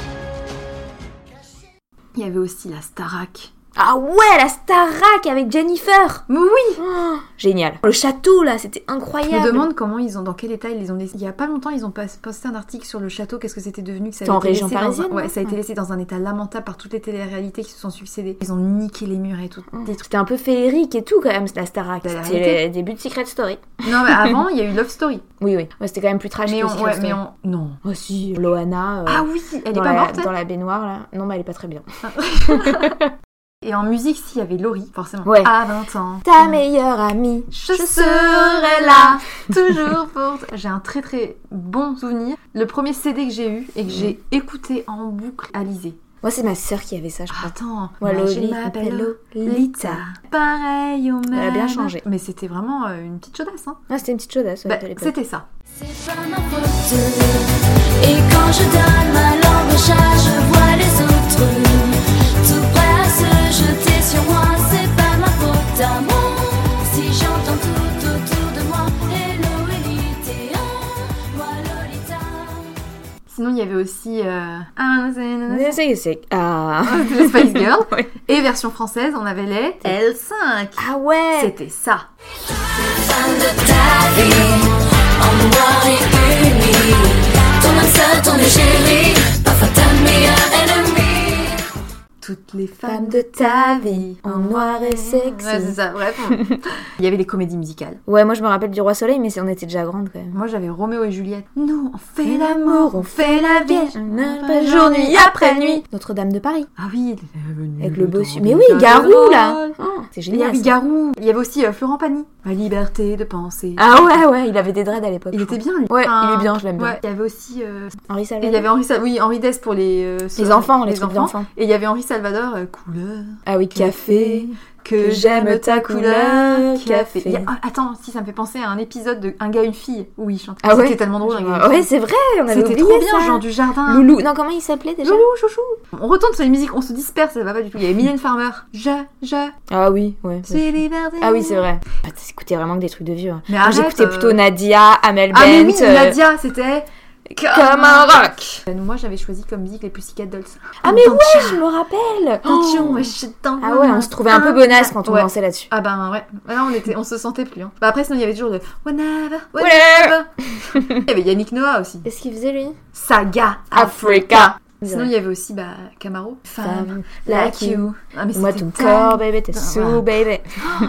[SPEAKER 3] Il y avait aussi la Starac.
[SPEAKER 2] Ah ouais, la Starac avec Jennifer
[SPEAKER 3] Mais oui
[SPEAKER 2] Oh, Génial. Le château là, c'était
[SPEAKER 3] Je me
[SPEAKER 2] incroyable.
[SPEAKER 3] demande comment ils ont, dans quel état ils les ont laissés. Il y a pas longtemps, ils ont pas- posté un article sur le château, qu'est-ce que c'était devenu, que ça
[SPEAKER 2] C'était en
[SPEAKER 3] avait été
[SPEAKER 2] région
[SPEAKER 3] laissé dans un-
[SPEAKER 2] parisienne,
[SPEAKER 3] ouais,
[SPEAKER 2] non
[SPEAKER 3] ça a été laissé dans un état lamentable par toutes les téléréalités qui se sont succédées. Ils ont niqué les murs et tout. Des trucs.
[SPEAKER 2] C'était un peu féerique et tout quand même, la Starac.
[SPEAKER 3] Bah,
[SPEAKER 2] C'était
[SPEAKER 3] arrêtez.
[SPEAKER 2] le début de Secret Story.
[SPEAKER 3] Non, mais avant, il y a eu Love Story.
[SPEAKER 2] Oui, oui. Ouais, c'était quand même plus trash
[SPEAKER 3] Mais
[SPEAKER 2] que
[SPEAKER 3] on,
[SPEAKER 2] Secret
[SPEAKER 3] ouais,
[SPEAKER 2] Story.
[SPEAKER 3] mais on, non.
[SPEAKER 2] Oh si, Loana. euh,
[SPEAKER 3] Ah oui, elle est
[SPEAKER 2] dans
[SPEAKER 3] pas
[SPEAKER 2] la-
[SPEAKER 3] morte. elle
[SPEAKER 2] Dans la baignoire là. Non, mais elle est pas très bien.
[SPEAKER 3] Et en musique, s'il y avait Laurie, forcément.
[SPEAKER 2] Ouais.
[SPEAKER 3] À 20 ans.
[SPEAKER 2] Ta meilleure amie.
[SPEAKER 3] Je serai là, toujours pour toi. J'ai un très très bon souvenir. Le premier CD que j'ai eu et que j'ai écouté en boucle, Alizé.
[SPEAKER 2] Moi, c'est ma sœur qui avait ça, je
[SPEAKER 3] Ah,
[SPEAKER 2] crois.
[SPEAKER 3] Attends,
[SPEAKER 2] Ouais,
[SPEAKER 3] moi, je
[SPEAKER 2] Loli-
[SPEAKER 3] m'appelle
[SPEAKER 2] Lolita.
[SPEAKER 3] Pareil au même.
[SPEAKER 2] Elle a bien changé.
[SPEAKER 3] Mais c'était vraiment euh, une petite chaudasse. Hein.
[SPEAKER 2] Ah, c'était une petite chaudasse ouais,
[SPEAKER 3] Bah,
[SPEAKER 2] à l'époque.
[SPEAKER 3] c'était ça.
[SPEAKER 5] C'est pas ma faute. Et quand je donne ma langue au chat, je vois les autres. Tout prêt à se jeter sur moi, c'est pas ma faute à moi. Si j'entends tout autour de moi, Hello Elitéa, moi Lolita.
[SPEAKER 3] Sinon, il y avait aussi euh, Ah, c'est-
[SPEAKER 2] Mais c'est- c'est- Ah.
[SPEAKER 3] les Spice Girls.
[SPEAKER 2] Ouais.
[SPEAKER 3] Et version française, on avait les L5.
[SPEAKER 2] Ah ouais
[SPEAKER 3] C'était ça.
[SPEAKER 5] Fin de ta vie, en noir et uni. Ton âme sœur, ton égérie, parfois ta meilleure ennemie.
[SPEAKER 3] Tout Toutes les femmes
[SPEAKER 2] Femme
[SPEAKER 3] de
[SPEAKER 2] de ta vie, en noir et
[SPEAKER 3] Ouais, c'est
[SPEAKER 2] sexy.
[SPEAKER 3] ça, bref. Il y avait des comédies musicales.
[SPEAKER 2] Ouais, moi je me rappelle du Roi Soleil, mais c'est- on était déjà grande quand même.
[SPEAKER 3] Moi, j'avais Roméo et Juliette. Nous, on fait
[SPEAKER 2] Et
[SPEAKER 3] l'amour, on fait la vierge.
[SPEAKER 2] Jour, nuit, après nuit. Notre-Dame de Paris,
[SPEAKER 3] Ah oui, elle est
[SPEAKER 2] avec
[SPEAKER 3] venue
[SPEAKER 2] le bossu.
[SPEAKER 3] dans
[SPEAKER 2] Mais
[SPEAKER 3] le
[SPEAKER 2] oui, Garou là
[SPEAKER 3] carnaval.
[SPEAKER 2] Oh, C'est
[SPEAKER 3] Il y
[SPEAKER 2] génial.
[SPEAKER 3] avait
[SPEAKER 2] ça.
[SPEAKER 3] Garou. Il y avait aussi euh, Florent Pagny. Ma liberté de penser.
[SPEAKER 2] Ah ouais, ouais, il avait des dreads à l'époque.
[SPEAKER 3] Il
[SPEAKER 2] je
[SPEAKER 3] était
[SPEAKER 2] crois.
[SPEAKER 3] bien, lui.
[SPEAKER 2] Ouais,
[SPEAKER 3] Enfin,
[SPEAKER 2] il est bien, je l'aime bien.
[SPEAKER 3] ouais, Il y avait aussi. euh,
[SPEAKER 2] Henri
[SPEAKER 3] et il
[SPEAKER 2] Salvador.
[SPEAKER 3] y avait Henri, Sa- oui, Henri Dess pour les. euh,
[SPEAKER 2] Les
[SPEAKER 3] soeurs-
[SPEAKER 2] enfants, les,
[SPEAKER 3] les
[SPEAKER 2] trucs
[SPEAKER 3] enfants.
[SPEAKER 2] d'enfants.
[SPEAKER 3] Et il y avait Henri Salvador, euh, couleur.
[SPEAKER 2] Ah oui, café.
[SPEAKER 3] Que j'aime ta couleur, café.
[SPEAKER 2] café.
[SPEAKER 3] Il y a- ah, attends, si ça me fait penser à un épisode de Un gars, une fille où il chante.
[SPEAKER 2] Ah ouais
[SPEAKER 3] C'était tellement drôle. Un gars, une
[SPEAKER 2] Ouais,
[SPEAKER 3] fille.
[SPEAKER 2] c'est vrai, on avait
[SPEAKER 3] C'était
[SPEAKER 2] oublié
[SPEAKER 3] trop bien,
[SPEAKER 2] ça.
[SPEAKER 3] Jean du Jardin.
[SPEAKER 2] Loulou, non, comment il s'appelait déjà
[SPEAKER 3] Loulou, chouchou. On retourne sur les musiques, on se disperse, ça va pas du tout. Il y avait Mylène Farmer. Je, je
[SPEAKER 2] Ah oui, ouais.
[SPEAKER 3] suis liberté.
[SPEAKER 2] Ah oui, c'est vrai. Ah, T'écoutais vraiment que des trucs de vieux. hein.
[SPEAKER 3] Mais
[SPEAKER 2] Moi,
[SPEAKER 3] arrête,
[SPEAKER 2] J'écoutais
[SPEAKER 3] euh,
[SPEAKER 2] plutôt Nadia, Amel Bent.
[SPEAKER 3] Ah mais oui,
[SPEAKER 2] euh,
[SPEAKER 3] Nadia, c'était.
[SPEAKER 2] Comme un rock.
[SPEAKER 3] Moi j'avais choisi comme musique les Pussycat Dolls.
[SPEAKER 2] Ah, mais
[SPEAKER 3] Attention,
[SPEAKER 2] ouais, je me rappelle.
[SPEAKER 3] attention,
[SPEAKER 2] Oh.
[SPEAKER 3] ouais, je t'en-
[SPEAKER 2] Ah ouais, on se trouvait un peu bonasse quand on
[SPEAKER 3] Ouais.
[SPEAKER 2] dansait là-dessus.
[SPEAKER 3] Ah ben ouais, là on, était, on se sentait plus. Hein. Bah après sinon il y avait toujours le Whenever,
[SPEAKER 2] Whenever.
[SPEAKER 3] Whenever. il y avait Yannick Noah aussi.
[SPEAKER 2] Qu'est-ce qu'il faisait lui
[SPEAKER 3] Saga
[SPEAKER 2] Ah, Africa.
[SPEAKER 3] Sinon il y avait aussi bah, Camaro.
[SPEAKER 2] Femme, like you.
[SPEAKER 3] Ah, mais
[SPEAKER 2] Moi,
[SPEAKER 3] c'était
[SPEAKER 2] ton
[SPEAKER 3] tellement-
[SPEAKER 2] corps, baby, t'es
[SPEAKER 3] Ah,
[SPEAKER 2] sous, baby.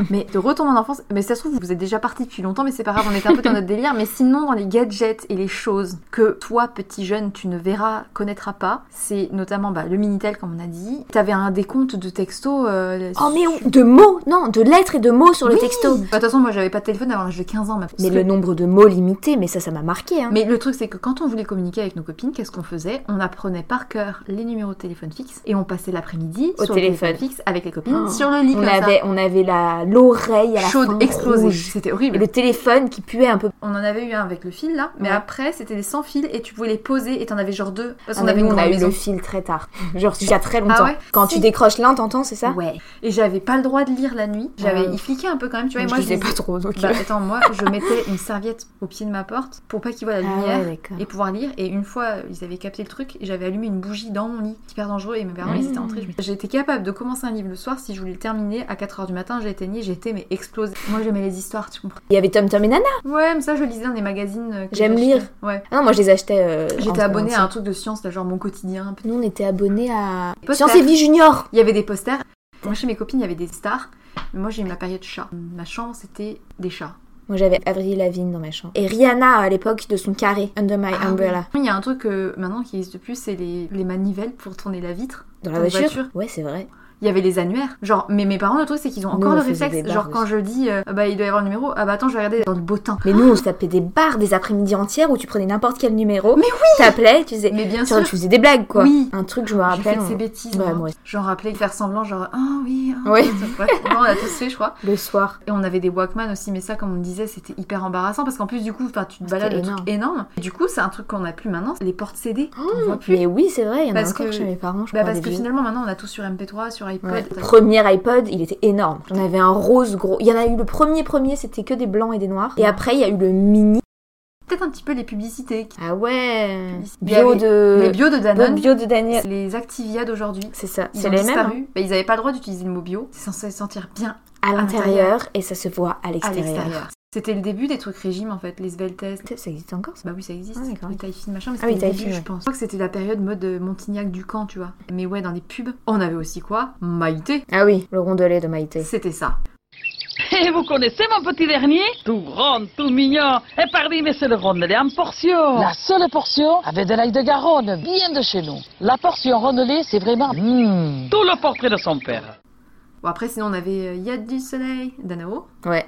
[SPEAKER 3] Mais de retour en enfance, mais ça se trouve, vous êtes déjà parti depuis longtemps, mais c'est pas grave, on était un peu dans notre délire. Mais sinon, dans les gadgets et les choses que toi, petit jeune, tu ne verras, connaîtras pas, c'est notamment bah, le Minitel, comme on a dit. T'avais un décompte de texto. euh,
[SPEAKER 2] Oh, mais
[SPEAKER 3] sur-
[SPEAKER 2] on- de mots, non, de lettres et de mots sur le
[SPEAKER 3] Oui.
[SPEAKER 2] texto.
[SPEAKER 3] Bah, De toute façon, moi, j'avais pas de téléphone avant l'âge de 15 ans. ma-
[SPEAKER 2] Mais le nombre de mots limité, mais ça, ça m'a marqué. Hein.
[SPEAKER 3] Mais le truc, c'est que quand on voulait communiquer avec nos copines, qu'est-ce qu'on faisait On apprenait par cœur les numéros de téléphone fixe et on passait l'après-midi
[SPEAKER 2] Au
[SPEAKER 3] sur le
[SPEAKER 2] téléphone.
[SPEAKER 3] fixe avec les copines
[SPEAKER 2] Oh.
[SPEAKER 3] sur le lit.
[SPEAKER 2] on,
[SPEAKER 3] comme
[SPEAKER 2] avait, on avait la l'oreille
[SPEAKER 3] ça.
[SPEAKER 2] à la
[SPEAKER 3] chaude,
[SPEAKER 2] fin,
[SPEAKER 3] explosée.
[SPEAKER 2] rouge.
[SPEAKER 3] C'était
[SPEAKER 2] Et
[SPEAKER 3] horrible.
[SPEAKER 2] le téléphone qui puait un peu.
[SPEAKER 3] On en avait eu un avec le fil là, mais
[SPEAKER 2] Ouais.
[SPEAKER 3] après c'était des sans fil et tu pouvais les poser et t'en avais genre deux. Parce qu'on
[SPEAKER 2] Ah,
[SPEAKER 3] avait
[SPEAKER 2] nous,
[SPEAKER 3] une
[SPEAKER 2] on a
[SPEAKER 3] grande
[SPEAKER 2] eu
[SPEAKER 3] maison. Ah
[SPEAKER 2] le fil très tard. Genre, il y a très longtemps.
[SPEAKER 3] ouais
[SPEAKER 2] Quand
[SPEAKER 3] Si.
[SPEAKER 2] tu décroches l'un, t'entends, c'est ça
[SPEAKER 3] Ouais. Et j'avais pas le droit de lire la nuit. J'avais,
[SPEAKER 2] Ouais.
[SPEAKER 3] il fliquait un peu quand même, tu vois. et
[SPEAKER 2] Je
[SPEAKER 3] moi, je
[SPEAKER 2] lisais
[SPEAKER 3] les-
[SPEAKER 2] pas trop, donc. euh.
[SPEAKER 3] Bah, attends, moi, je mettais une serviette au pied de ma porte pour pas qu'ils voient la
[SPEAKER 2] Ah
[SPEAKER 3] lumière.
[SPEAKER 2] ouais, d'accord.
[SPEAKER 3] Et pouvoir lire, et une fois euh, ils avaient capté le truc, j'avais allumé une bougie dans mon lit, hyper dangereux, et mes parents ils étaient
[SPEAKER 2] Mhm.
[SPEAKER 3] entrés. je me- J'étais capable de commencer un livre le soir, si je voulais le terminer, à 4h du matin, j'éteignais, j'étais mais explosée. Moi j'aimais les histoires, tu comprends
[SPEAKER 2] Il y avait Tom Tom et Nana.
[SPEAKER 3] Ouais, mais ça je lisais dans des magazines. euh, que
[SPEAKER 2] J'aime
[SPEAKER 3] j'achetais.
[SPEAKER 2] lire.
[SPEAKER 3] Ouais.
[SPEAKER 2] Ah non, moi, je les achetais. euh, en
[SPEAKER 3] J'étais abonnée
[SPEAKER 2] français.
[SPEAKER 3] à un truc de science, là, genre mon quotidien. un peu.
[SPEAKER 2] Nous, on était abonnés à.
[SPEAKER 3] Poster.
[SPEAKER 2] Science et Vie Junior.
[SPEAKER 3] Il y avait des posters. Moi, chez mes copines, il y avait des stars. Mais moi, j'ai eu ma période chat. Ma chambre, c'était des chats.
[SPEAKER 2] Moi, j'avais Avril Lavigne dans ma chambre. Et Rihanna à l'époque de son carré, Under
[SPEAKER 3] Ah
[SPEAKER 2] My Umbrella.
[SPEAKER 3] Il y a un truc euh, maintenant qui existe plus, c'est les, les manivelles pour tourner la vitre.
[SPEAKER 2] Dans la
[SPEAKER 3] Dans la
[SPEAKER 2] voiture.
[SPEAKER 3] voiture.
[SPEAKER 2] Ouais, c'est vrai.
[SPEAKER 3] Il y avait les annuaires. Genre, mais mes parents, le truc, c'est qu'ils ont
[SPEAKER 2] Nous,
[SPEAKER 3] encore
[SPEAKER 2] on
[SPEAKER 3] le
[SPEAKER 2] faisait
[SPEAKER 3] réflexe.
[SPEAKER 2] des
[SPEAKER 3] Genre,
[SPEAKER 2] barres
[SPEAKER 3] quand je dis, euh, Ah bah, il doit y avoir le numéro, ah bah, attends, je vais regarder dans le beau temps.
[SPEAKER 2] Mais nous, on se tapait des barres des après-midi entières où tu prenais n'importe quel numéro. Mais oui T'appelais, tu faisais.
[SPEAKER 3] Mais bien
[SPEAKER 2] Sur-
[SPEAKER 3] sûr,
[SPEAKER 2] Tu faisais des blagues, quoi.
[SPEAKER 3] Oui.
[SPEAKER 2] Un truc, je me
[SPEAKER 3] j'ai fait
[SPEAKER 2] rappelle. euh,
[SPEAKER 3] de ces
[SPEAKER 2] on-
[SPEAKER 3] bêtises.
[SPEAKER 2] Ouais,
[SPEAKER 3] moi.
[SPEAKER 2] moi aussi.
[SPEAKER 3] Genre, rappeler, faire semblant, genre, ah oui, ah,
[SPEAKER 2] Oui.
[SPEAKER 3] Ouais, on a tous fait, je crois.
[SPEAKER 2] Le soir.
[SPEAKER 3] Et on avait des Walkman aussi, mais ça, comme on le disait, c'était hyper embarrassant parce qu'en plus, du coup, enfin, tu te
[SPEAKER 2] C'était
[SPEAKER 3] balades le
[SPEAKER 2] énorme.
[SPEAKER 3] truc énorme. Et du coup, c'est un truc qu'on a plus maintenant, c'est les portes CD. On voit plus.
[SPEAKER 2] Oh, Mais oui, c'est vrai, il y en a
[SPEAKER 3] Parce
[SPEAKER 2] encore
[SPEAKER 3] que-
[SPEAKER 2] chez mes parents, je
[SPEAKER 3] Bah,
[SPEAKER 2] crois.
[SPEAKER 3] parce
[SPEAKER 2] des
[SPEAKER 3] que
[SPEAKER 2] vieux.
[SPEAKER 3] finalement, maintenant, on a tout sur MP3, sur iPod.
[SPEAKER 2] Ouais.
[SPEAKER 3] T'as-
[SPEAKER 2] Premier iPod, il était énorme. J'en avais un rose gros. Il y en a eu le premier premier, c'était que des blancs et des noirs. Et après, il y a eu le mini.
[SPEAKER 3] Peut-être un petit peu les publicités.
[SPEAKER 2] Ah ouais.
[SPEAKER 3] Il y
[SPEAKER 2] Bio
[SPEAKER 3] avait les
[SPEAKER 2] de.
[SPEAKER 3] bio de
[SPEAKER 2] Euh, Bonne
[SPEAKER 3] Danone,
[SPEAKER 2] bio de Daniel.
[SPEAKER 3] les Activia d'aujourd'hui.
[SPEAKER 2] C'est ça.
[SPEAKER 3] Ils
[SPEAKER 2] C'est
[SPEAKER 3] ont
[SPEAKER 2] les mêmes.
[SPEAKER 3] disparu. Bah, ils n'avaient pas le droit d'utiliser le mot bio. C'est censé se sentir bien
[SPEAKER 2] hein. À
[SPEAKER 3] l'intérieur.
[SPEAKER 2] l'intérieur et ça se voit à
[SPEAKER 3] à
[SPEAKER 2] l'extérieur.
[SPEAKER 3] l'extérieur. C'était le début des trucs régime en fait, les Sveltes.
[SPEAKER 2] Ça existe encore ça
[SPEAKER 3] Bah oui, ça existe.
[SPEAKER 2] Ah, d'accord.
[SPEAKER 3] les tailles fines, machin, mais
[SPEAKER 2] Ah oui,
[SPEAKER 3] c'était le
[SPEAKER 2] tailles
[SPEAKER 3] début,
[SPEAKER 2] fines,
[SPEAKER 3] je
[SPEAKER 2] ouais.
[SPEAKER 3] pense. Je crois que c'était la période mode euh, Montignac du camp, tu vois. Mais ouais, dans les pubs, on avait aussi quoi Maïté.
[SPEAKER 2] Ah oui, le rondelet de Maïté.
[SPEAKER 3] C'était ça.
[SPEAKER 7] Et vous connaissez mon petit dernier Tout grand, tout mignon. Et parmi mais c'est le rondelet en portion. La seule portion avec de l'ail de Garonne, bien de chez nous. La portion rondelet, c'est vraiment... hmm. Tout le portrait de son père.
[SPEAKER 3] Bon, après, sinon, on avait euh, Y a du soleil d'Anao.
[SPEAKER 2] Ouais.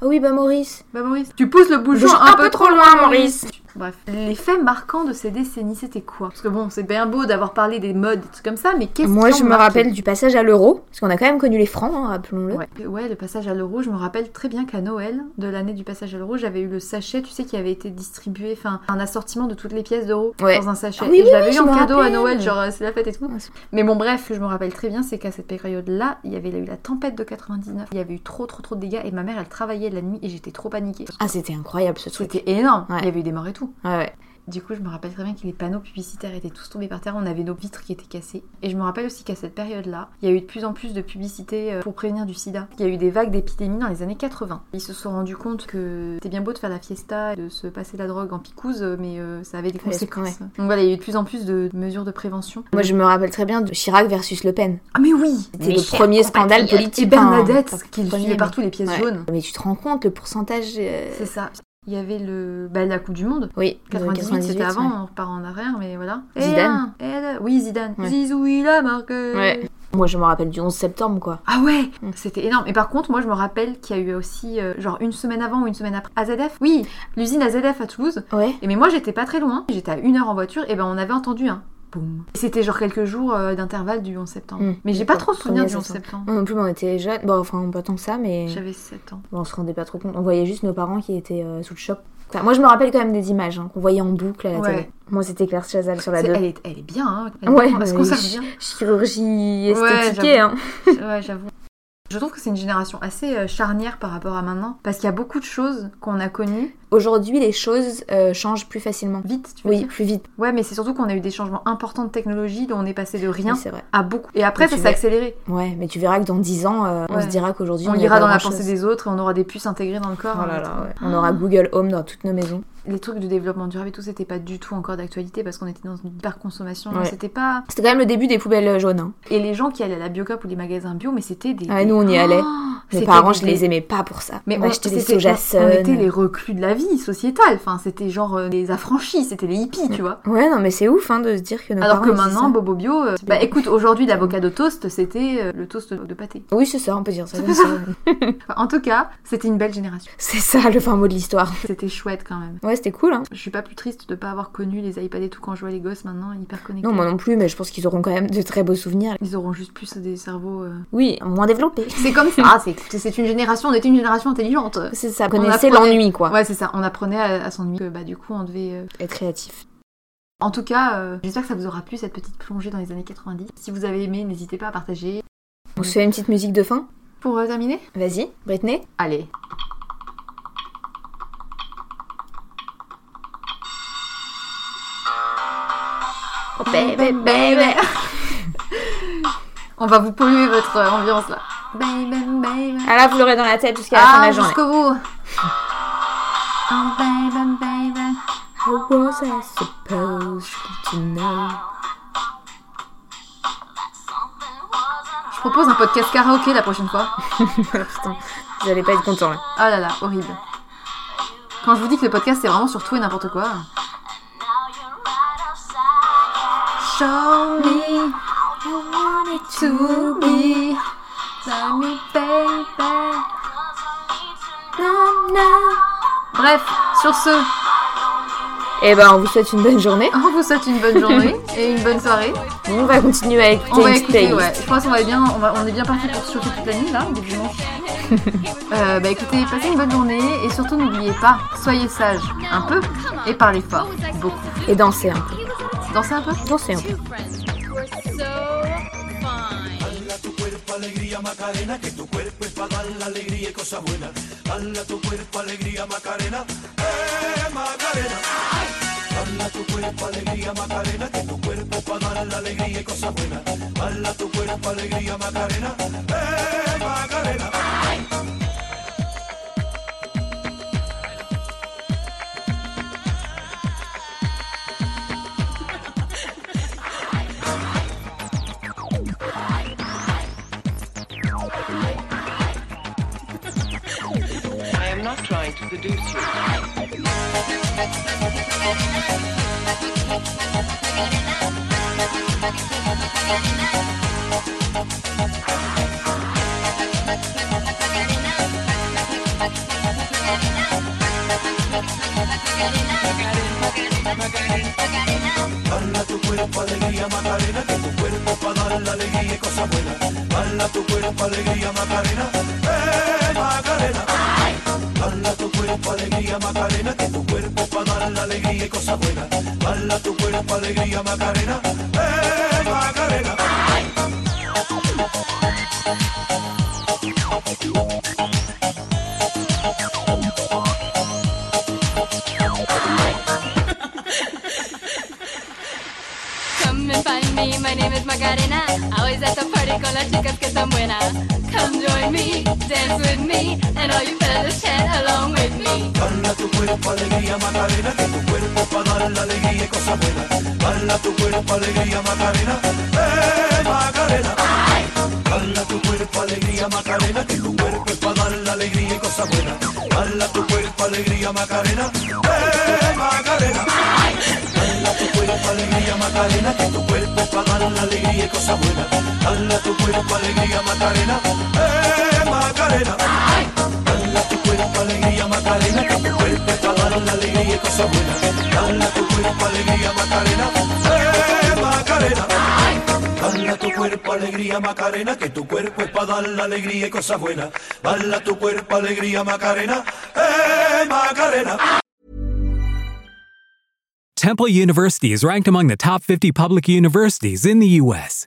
[SPEAKER 2] Ah oui, bah Maurice.
[SPEAKER 3] Bah, Maurice, tu pousses le bouchon
[SPEAKER 2] Bouge
[SPEAKER 3] un, peu, trop loin, Maurice.
[SPEAKER 2] Maurice.
[SPEAKER 3] Bref, les faits marquants de ces décennies, c'était quoi Parce que bon, c'est bien beau d'avoir parlé des modes, des trucs comme ça, mais qu'est-ce
[SPEAKER 2] Moi,
[SPEAKER 3] qui
[SPEAKER 2] je
[SPEAKER 3] ont
[SPEAKER 2] me
[SPEAKER 3] marqué
[SPEAKER 2] rappelle du passage à l'euro, parce qu'on a quand même connu les francs, hein, rappelons-le.
[SPEAKER 3] Ouais. ouais, le passage à l'euro, je me rappelle très bien qu'à Noël, de l'année du passage à l'euro, j'avais eu le sachet, tu sais, qui avait été distribué, enfin, un assortiment de toutes les pièces d'euros
[SPEAKER 2] Ouais.
[SPEAKER 3] dans un sachet.
[SPEAKER 2] Ah oui,
[SPEAKER 3] et je
[SPEAKER 2] oui,
[SPEAKER 3] l'avais
[SPEAKER 2] oui,
[SPEAKER 3] eu
[SPEAKER 2] je
[SPEAKER 3] en
[SPEAKER 2] me
[SPEAKER 3] cadeau à
[SPEAKER 2] rappelle.
[SPEAKER 3] Noël, genre euh, c'est la fête et tout.
[SPEAKER 2] Ah, c'est-
[SPEAKER 3] Mais bon, bref, je me rappelle très bien, c'est qu'à cette période-là, il y avait eu la tempête de 99, il y avait eu trop, trop, trop de dégâts, et ma mère, elle travaillait la nuit, et j'étais trop paniquée.
[SPEAKER 2] Ah, c'était incroyable ce truc.
[SPEAKER 3] C'était énorme,
[SPEAKER 2] Ouais.
[SPEAKER 3] il y avait eu des morts et tout.
[SPEAKER 2] Ouais, ouais.
[SPEAKER 3] Du coup, je me rappelle très bien que les panneaux publicitaires étaient tous tombés par terre. On avait nos vitres qui étaient cassées. Et je me rappelle aussi qu'à cette période-là, il y a eu de plus en plus de publicités euh, pour prévenir du sida. Il y a eu des vagues d'épidémies dans les années 80. Ils se sont rendus compte que c'était bien beau de faire la fiesta, et de se passer de la drogue en picouse, mais euh, ça avait des
[SPEAKER 2] Fallait se
[SPEAKER 3] conséquences. Donc voilà, il y a eu de plus en plus de mesures de prévention.
[SPEAKER 2] Moi, je me rappelle très bien de Chirac versus Le Pen.
[SPEAKER 3] Ah mais oui
[SPEAKER 2] C'était le premier scandale politique.
[SPEAKER 3] Et Bernadette,
[SPEAKER 2] hein, enfin,
[SPEAKER 3] qui
[SPEAKER 2] premier,
[SPEAKER 3] filait partout les pièces
[SPEAKER 2] Ouais.
[SPEAKER 3] jaunes.
[SPEAKER 2] Mais tu te rends compte le pourcentage euh,
[SPEAKER 3] C'est ça. Il y avait le, bah, la Coupe du Monde.
[SPEAKER 2] Oui, de
[SPEAKER 3] 98, c'était avant,
[SPEAKER 2] ouais.
[SPEAKER 3] on repart en arrière, mais voilà. Et
[SPEAKER 2] Zidane.
[SPEAKER 3] un, et deux. oui, Zidane.
[SPEAKER 2] Ouais.
[SPEAKER 3] Zizou, il a marqué.
[SPEAKER 2] Ouais. Moi, je me rappelle du 11 septembre, quoi.
[SPEAKER 3] Ah ouais
[SPEAKER 2] Mm.
[SPEAKER 3] C'était énorme. Et par contre, moi, je me rappelle qu'il y a eu aussi, euh, genre, une semaine avant ou une semaine après, AZF. Oui, l'usine AZF à Toulouse.
[SPEAKER 2] Ouais.
[SPEAKER 3] Et mais moi, j'étais pas très loin. J'étais à une heure en voiture, et ben on avait entendu un. Boum. Et C'était genre quelques jours euh, d'intervalle du 11 septembre.
[SPEAKER 2] Mm.
[SPEAKER 3] Mais j'ai pas trop
[SPEAKER 2] D'accord.
[SPEAKER 3] souvenir
[SPEAKER 2] Premier
[SPEAKER 3] du 11
[SPEAKER 2] septembre.
[SPEAKER 3] septembre.
[SPEAKER 2] Moi non plus, mais on était jeunes. Bon, enfin, pas tant que ça, mais
[SPEAKER 3] J'avais 7 ans.
[SPEAKER 2] on se rendait pas trop compte. On voyait juste nos parents qui étaient euh, sous le choc. Enfin, moi, je me rappelle quand même des images hein, qu'on voyait en boucle à la
[SPEAKER 3] Ouais.
[SPEAKER 2] télé. Moi, c'était Claire Chazal sur la
[SPEAKER 3] C'est-
[SPEAKER 2] 2.
[SPEAKER 3] Elle est, elle est bien, hein. Elle est
[SPEAKER 2] bah, Ouais,
[SPEAKER 3] bien. Est-ce qu'on
[SPEAKER 2] mais
[SPEAKER 3] s'en
[SPEAKER 2] je-
[SPEAKER 3] bien
[SPEAKER 2] Chirurgie
[SPEAKER 3] Ouais,
[SPEAKER 2] esthétiquée, hein.
[SPEAKER 3] Ouais, j'avoue. Je trouve que c'est une génération assez euh, charnière par rapport à maintenant, parce qu'il y a beaucoup de choses qu'on a connues
[SPEAKER 2] Aujourd'hui, les choses euh, changent plus facilement.
[SPEAKER 3] vite, tu veux
[SPEAKER 2] Oui,
[SPEAKER 3] dire
[SPEAKER 2] plus vite.
[SPEAKER 3] Ouais, mais c'est surtout qu'on a eu des changements importants de technologie, dont on est passé de rien
[SPEAKER 2] Oui, c'est vrai.
[SPEAKER 3] à beaucoup. Et après,
[SPEAKER 2] Mais
[SPEAKER 3] ça
[SPEAKER 2] tu
[SPEAKER 3] s'est
[SPEAKER 2] vas-
[SPEAKER 3] accéléré.
[SPEAKER 2] Ouais, mais tu verras que dans 10 ans, euh, on
[SPEAKER 3] Ouais.
[SPEAKER 2] se dira qu'aujourd'hui,
[SPEAKER 3] On
[SPEAKER 2] y a
[SPEAKER 3] ira
[SPEAKER 2] pas
[SPEAKER 3] dans la
[SPEAKER 2] grand-chose.
[SPEAKER 3] pensée des autres et on aura des puces intégrées dans le corps.
[SPEAKER 2] Oh là
[SPEAKER 3] hein,
[SPEAKER 2] là,
[SPEAKER 3] attends.
[SPEAKER 2] ouais. On aura Google Home dans toutes nos maisons.
[SPEAKER 3] Les trucs de développement durable et tout, c'était pas du tout encore d'actualité parce qu'on était dans une hyper-consommation.
[SPEAKER 2] Ouais.
[SPEAKER 3] C'était pas.
[SPEAKER 2] C'était quand même le début des poubelles jaunes. hein.
[SPEAKER 3] Et les gens qui allaient à la Biocop ou les magasins bio, mais c'était des.
[SPEAKER 2] Ouais, Ah, nous, on y
[SPEAKER 3] Oh,
[SPEAKER 2] allait. Mes
[SPEAKER 3] c'était
[SPEAKER 2] parents,
[SPEAKER 3] des-
[SPEAKER 2] je les aimais pas pour ça.
[SPEAKER 3] Mais
[SPEAKER 2] on achetait des
[SPEAKER 3] c'était-
[SPEAKER 2] soja
[SPEAKER 3] on,
[SPEAKER 2] Sun.
[SPEAKER 3] était les reclus de la vie sociétale. Enfin, c'était genre euh, les affranchis, c'était les hippies, tu vois.
[SPEAKER 2] Ouais, non, mais c'est ouf hein, de se dire que nos
[SPEAKER 3] Alors
[SPEAKER 2] parents,
[SPEAKER 3] que
[SPEAKER 2] ils faisaient
[SPEAKER 3] maintenant,
[SPEAKER 2] ça.
[SPEAKER 3] Bobo Bio, euh, bah
[SPEAKER 2] bien.
[SPEAKER 3] écoute, aujourd'hui, l'avocat toast, c'était euh, le toast de pâté.
[SPEAKER 2] Oui, c'est ça, on peut dire ça comme ça.
[SPEAKER 3] Enfin, en tout cas, c'était une belle génération.
[SPEAKER 2] C'est ça le fin mot de l'histoire.
[SPEAKER 3] C'était chouette quand même.
[SPEAKER 2] Ouais, c'était cool. Hein.
[SPEAKER 3] Je suis pas plus triste de pas avoir connu les iPads et tout quand je vois les gosses maintenant hyper connectés.
[SPEAKER 2] Non, moi non plus, mais je pense qu'ils auront quand même de très beaux souvenirs.
[SPEAKER 3] Ils auront juste plus des cerveaux. euh.
[SPEAKER 2] Oui, moins développés.
[SPEAKER 3] C'est comme ça. Ah, c'est- c'est une génération, on était une génération intelligente.
[SPEAKER 2] C'est ça,
[SPEAKER 3] On
[SPEAKER 2] connaissez
[SPEAKER 3] apprenait-
[SPEAKER 2] l'ennui, quoi.
[SPEAKER 3] Ouais, c'est ça. On apprenait à, à s'ennuyer. que, Bah, du coup, on devait. euh,
[SPEAKER 2] Être créatif.
[SPEAKER 3] En tout cas, euh, j'espère que ça vous aura plu cette petite plongée dans les années 90. Si vous avez aimé, n'hésitez pas à partager.
[SPEAKER 2] On se fait une petite musique de fin
[SPEAKER 3] Pour euh, terminer,
[SPEAKER 2] Vas-y, Britney.
[SPEAKER 3] allez. Oh, baby, baby. On va vous polluer votre euh, ambiance là. Baby, baby.
[SPEAKER 2] Ah là, vous l'aurez dans la tête jusqu'à la fin de
[SPEAKER 3] Ah,
[SPEAKER 2] la journée.
[SPEAKER 3] jusqu'au bout. Oh, baby, baby.
[SPEAKER 2] How was I supposed to know?
[SPEAKER 3] Je propose un podcast karaoké la prochaine fois.
[SPEAKER 2] Putain, vous allez pas être content là.
[SPEAKER 3] Ah là là, horrible. Quand je vous dis que le podcast c'est vraiment sur tout et n'importe quoi. Show me how you want it to be. Tell me, baby. Na, na. Bref, sur ce,
[SPEAKER 2] Eh ben, on vous souhaite une bonne journée.
[SPEAKER 3] on vous souhaite une bonne journée et une bonne soirée.
[SPEAKER 2] On va continuer à écouter
[SPEAKER 3] On va
[SPEAKER 2] une
[SPEAKER 3] écouter,
[SPEAKER 2] playlist.
[SPEAKER 3] ouais. Je pense qu'on va bien, on, va- on est bien parti pour se chauffer toute la nuit là, du dimanche. Euh, bah écoutez, passez une bonne journée et surtout n'oubliez pas, soyez sages un peu et parlez fort, beaucoup.
[SPEAKER 2] Et danser un peu.
[SPEAKER 3] Dansez un peu.
[SPEAKER 2] Danser un peu.
[SPEAKER 8] I am not trying to seduce you.
[SPEAKER 5] Hey, my name is Macarena. Always at the party con las chicas que están buenas. Come join me, dance with me, and all you fellas chat along with me.
[SPEAKER 9] Bala tu cuerpo, alegría, Macarena, que tu cuerpo para dar la alegría y cosa buena. Bala tu cuerpo, alegría, Macarena, eh, Macarena. Bala tu cuerpo, alegría, Macarena, que tu cuerpo es para dar la alegría y cosa buena. Bala tu cuerpo, alegría, Macarena, eh, Macarena. Bala tu cuerpo, alegría, Macarena, que tu cuerpo es para dar la alegría y cosa buena. Bala tu cuerpo, alegría, Macarena, eh, Macarena. Dala tu cuerpo alegría, Macarena, que tu cuerpo está dando la alegría y cosas buenas. Dala tu cuerpo alegría, Macarena, eh, Macarena. Dala tu cuerpo alegría, Macarena, que tu cuerpo es para dar la alegría y cosas buenas. Dala tu cuerpo alegría, Macarena, eh, Macarena.
[SPEAKER 10] Temple University is ranked among the top 50 public universities in the U.S.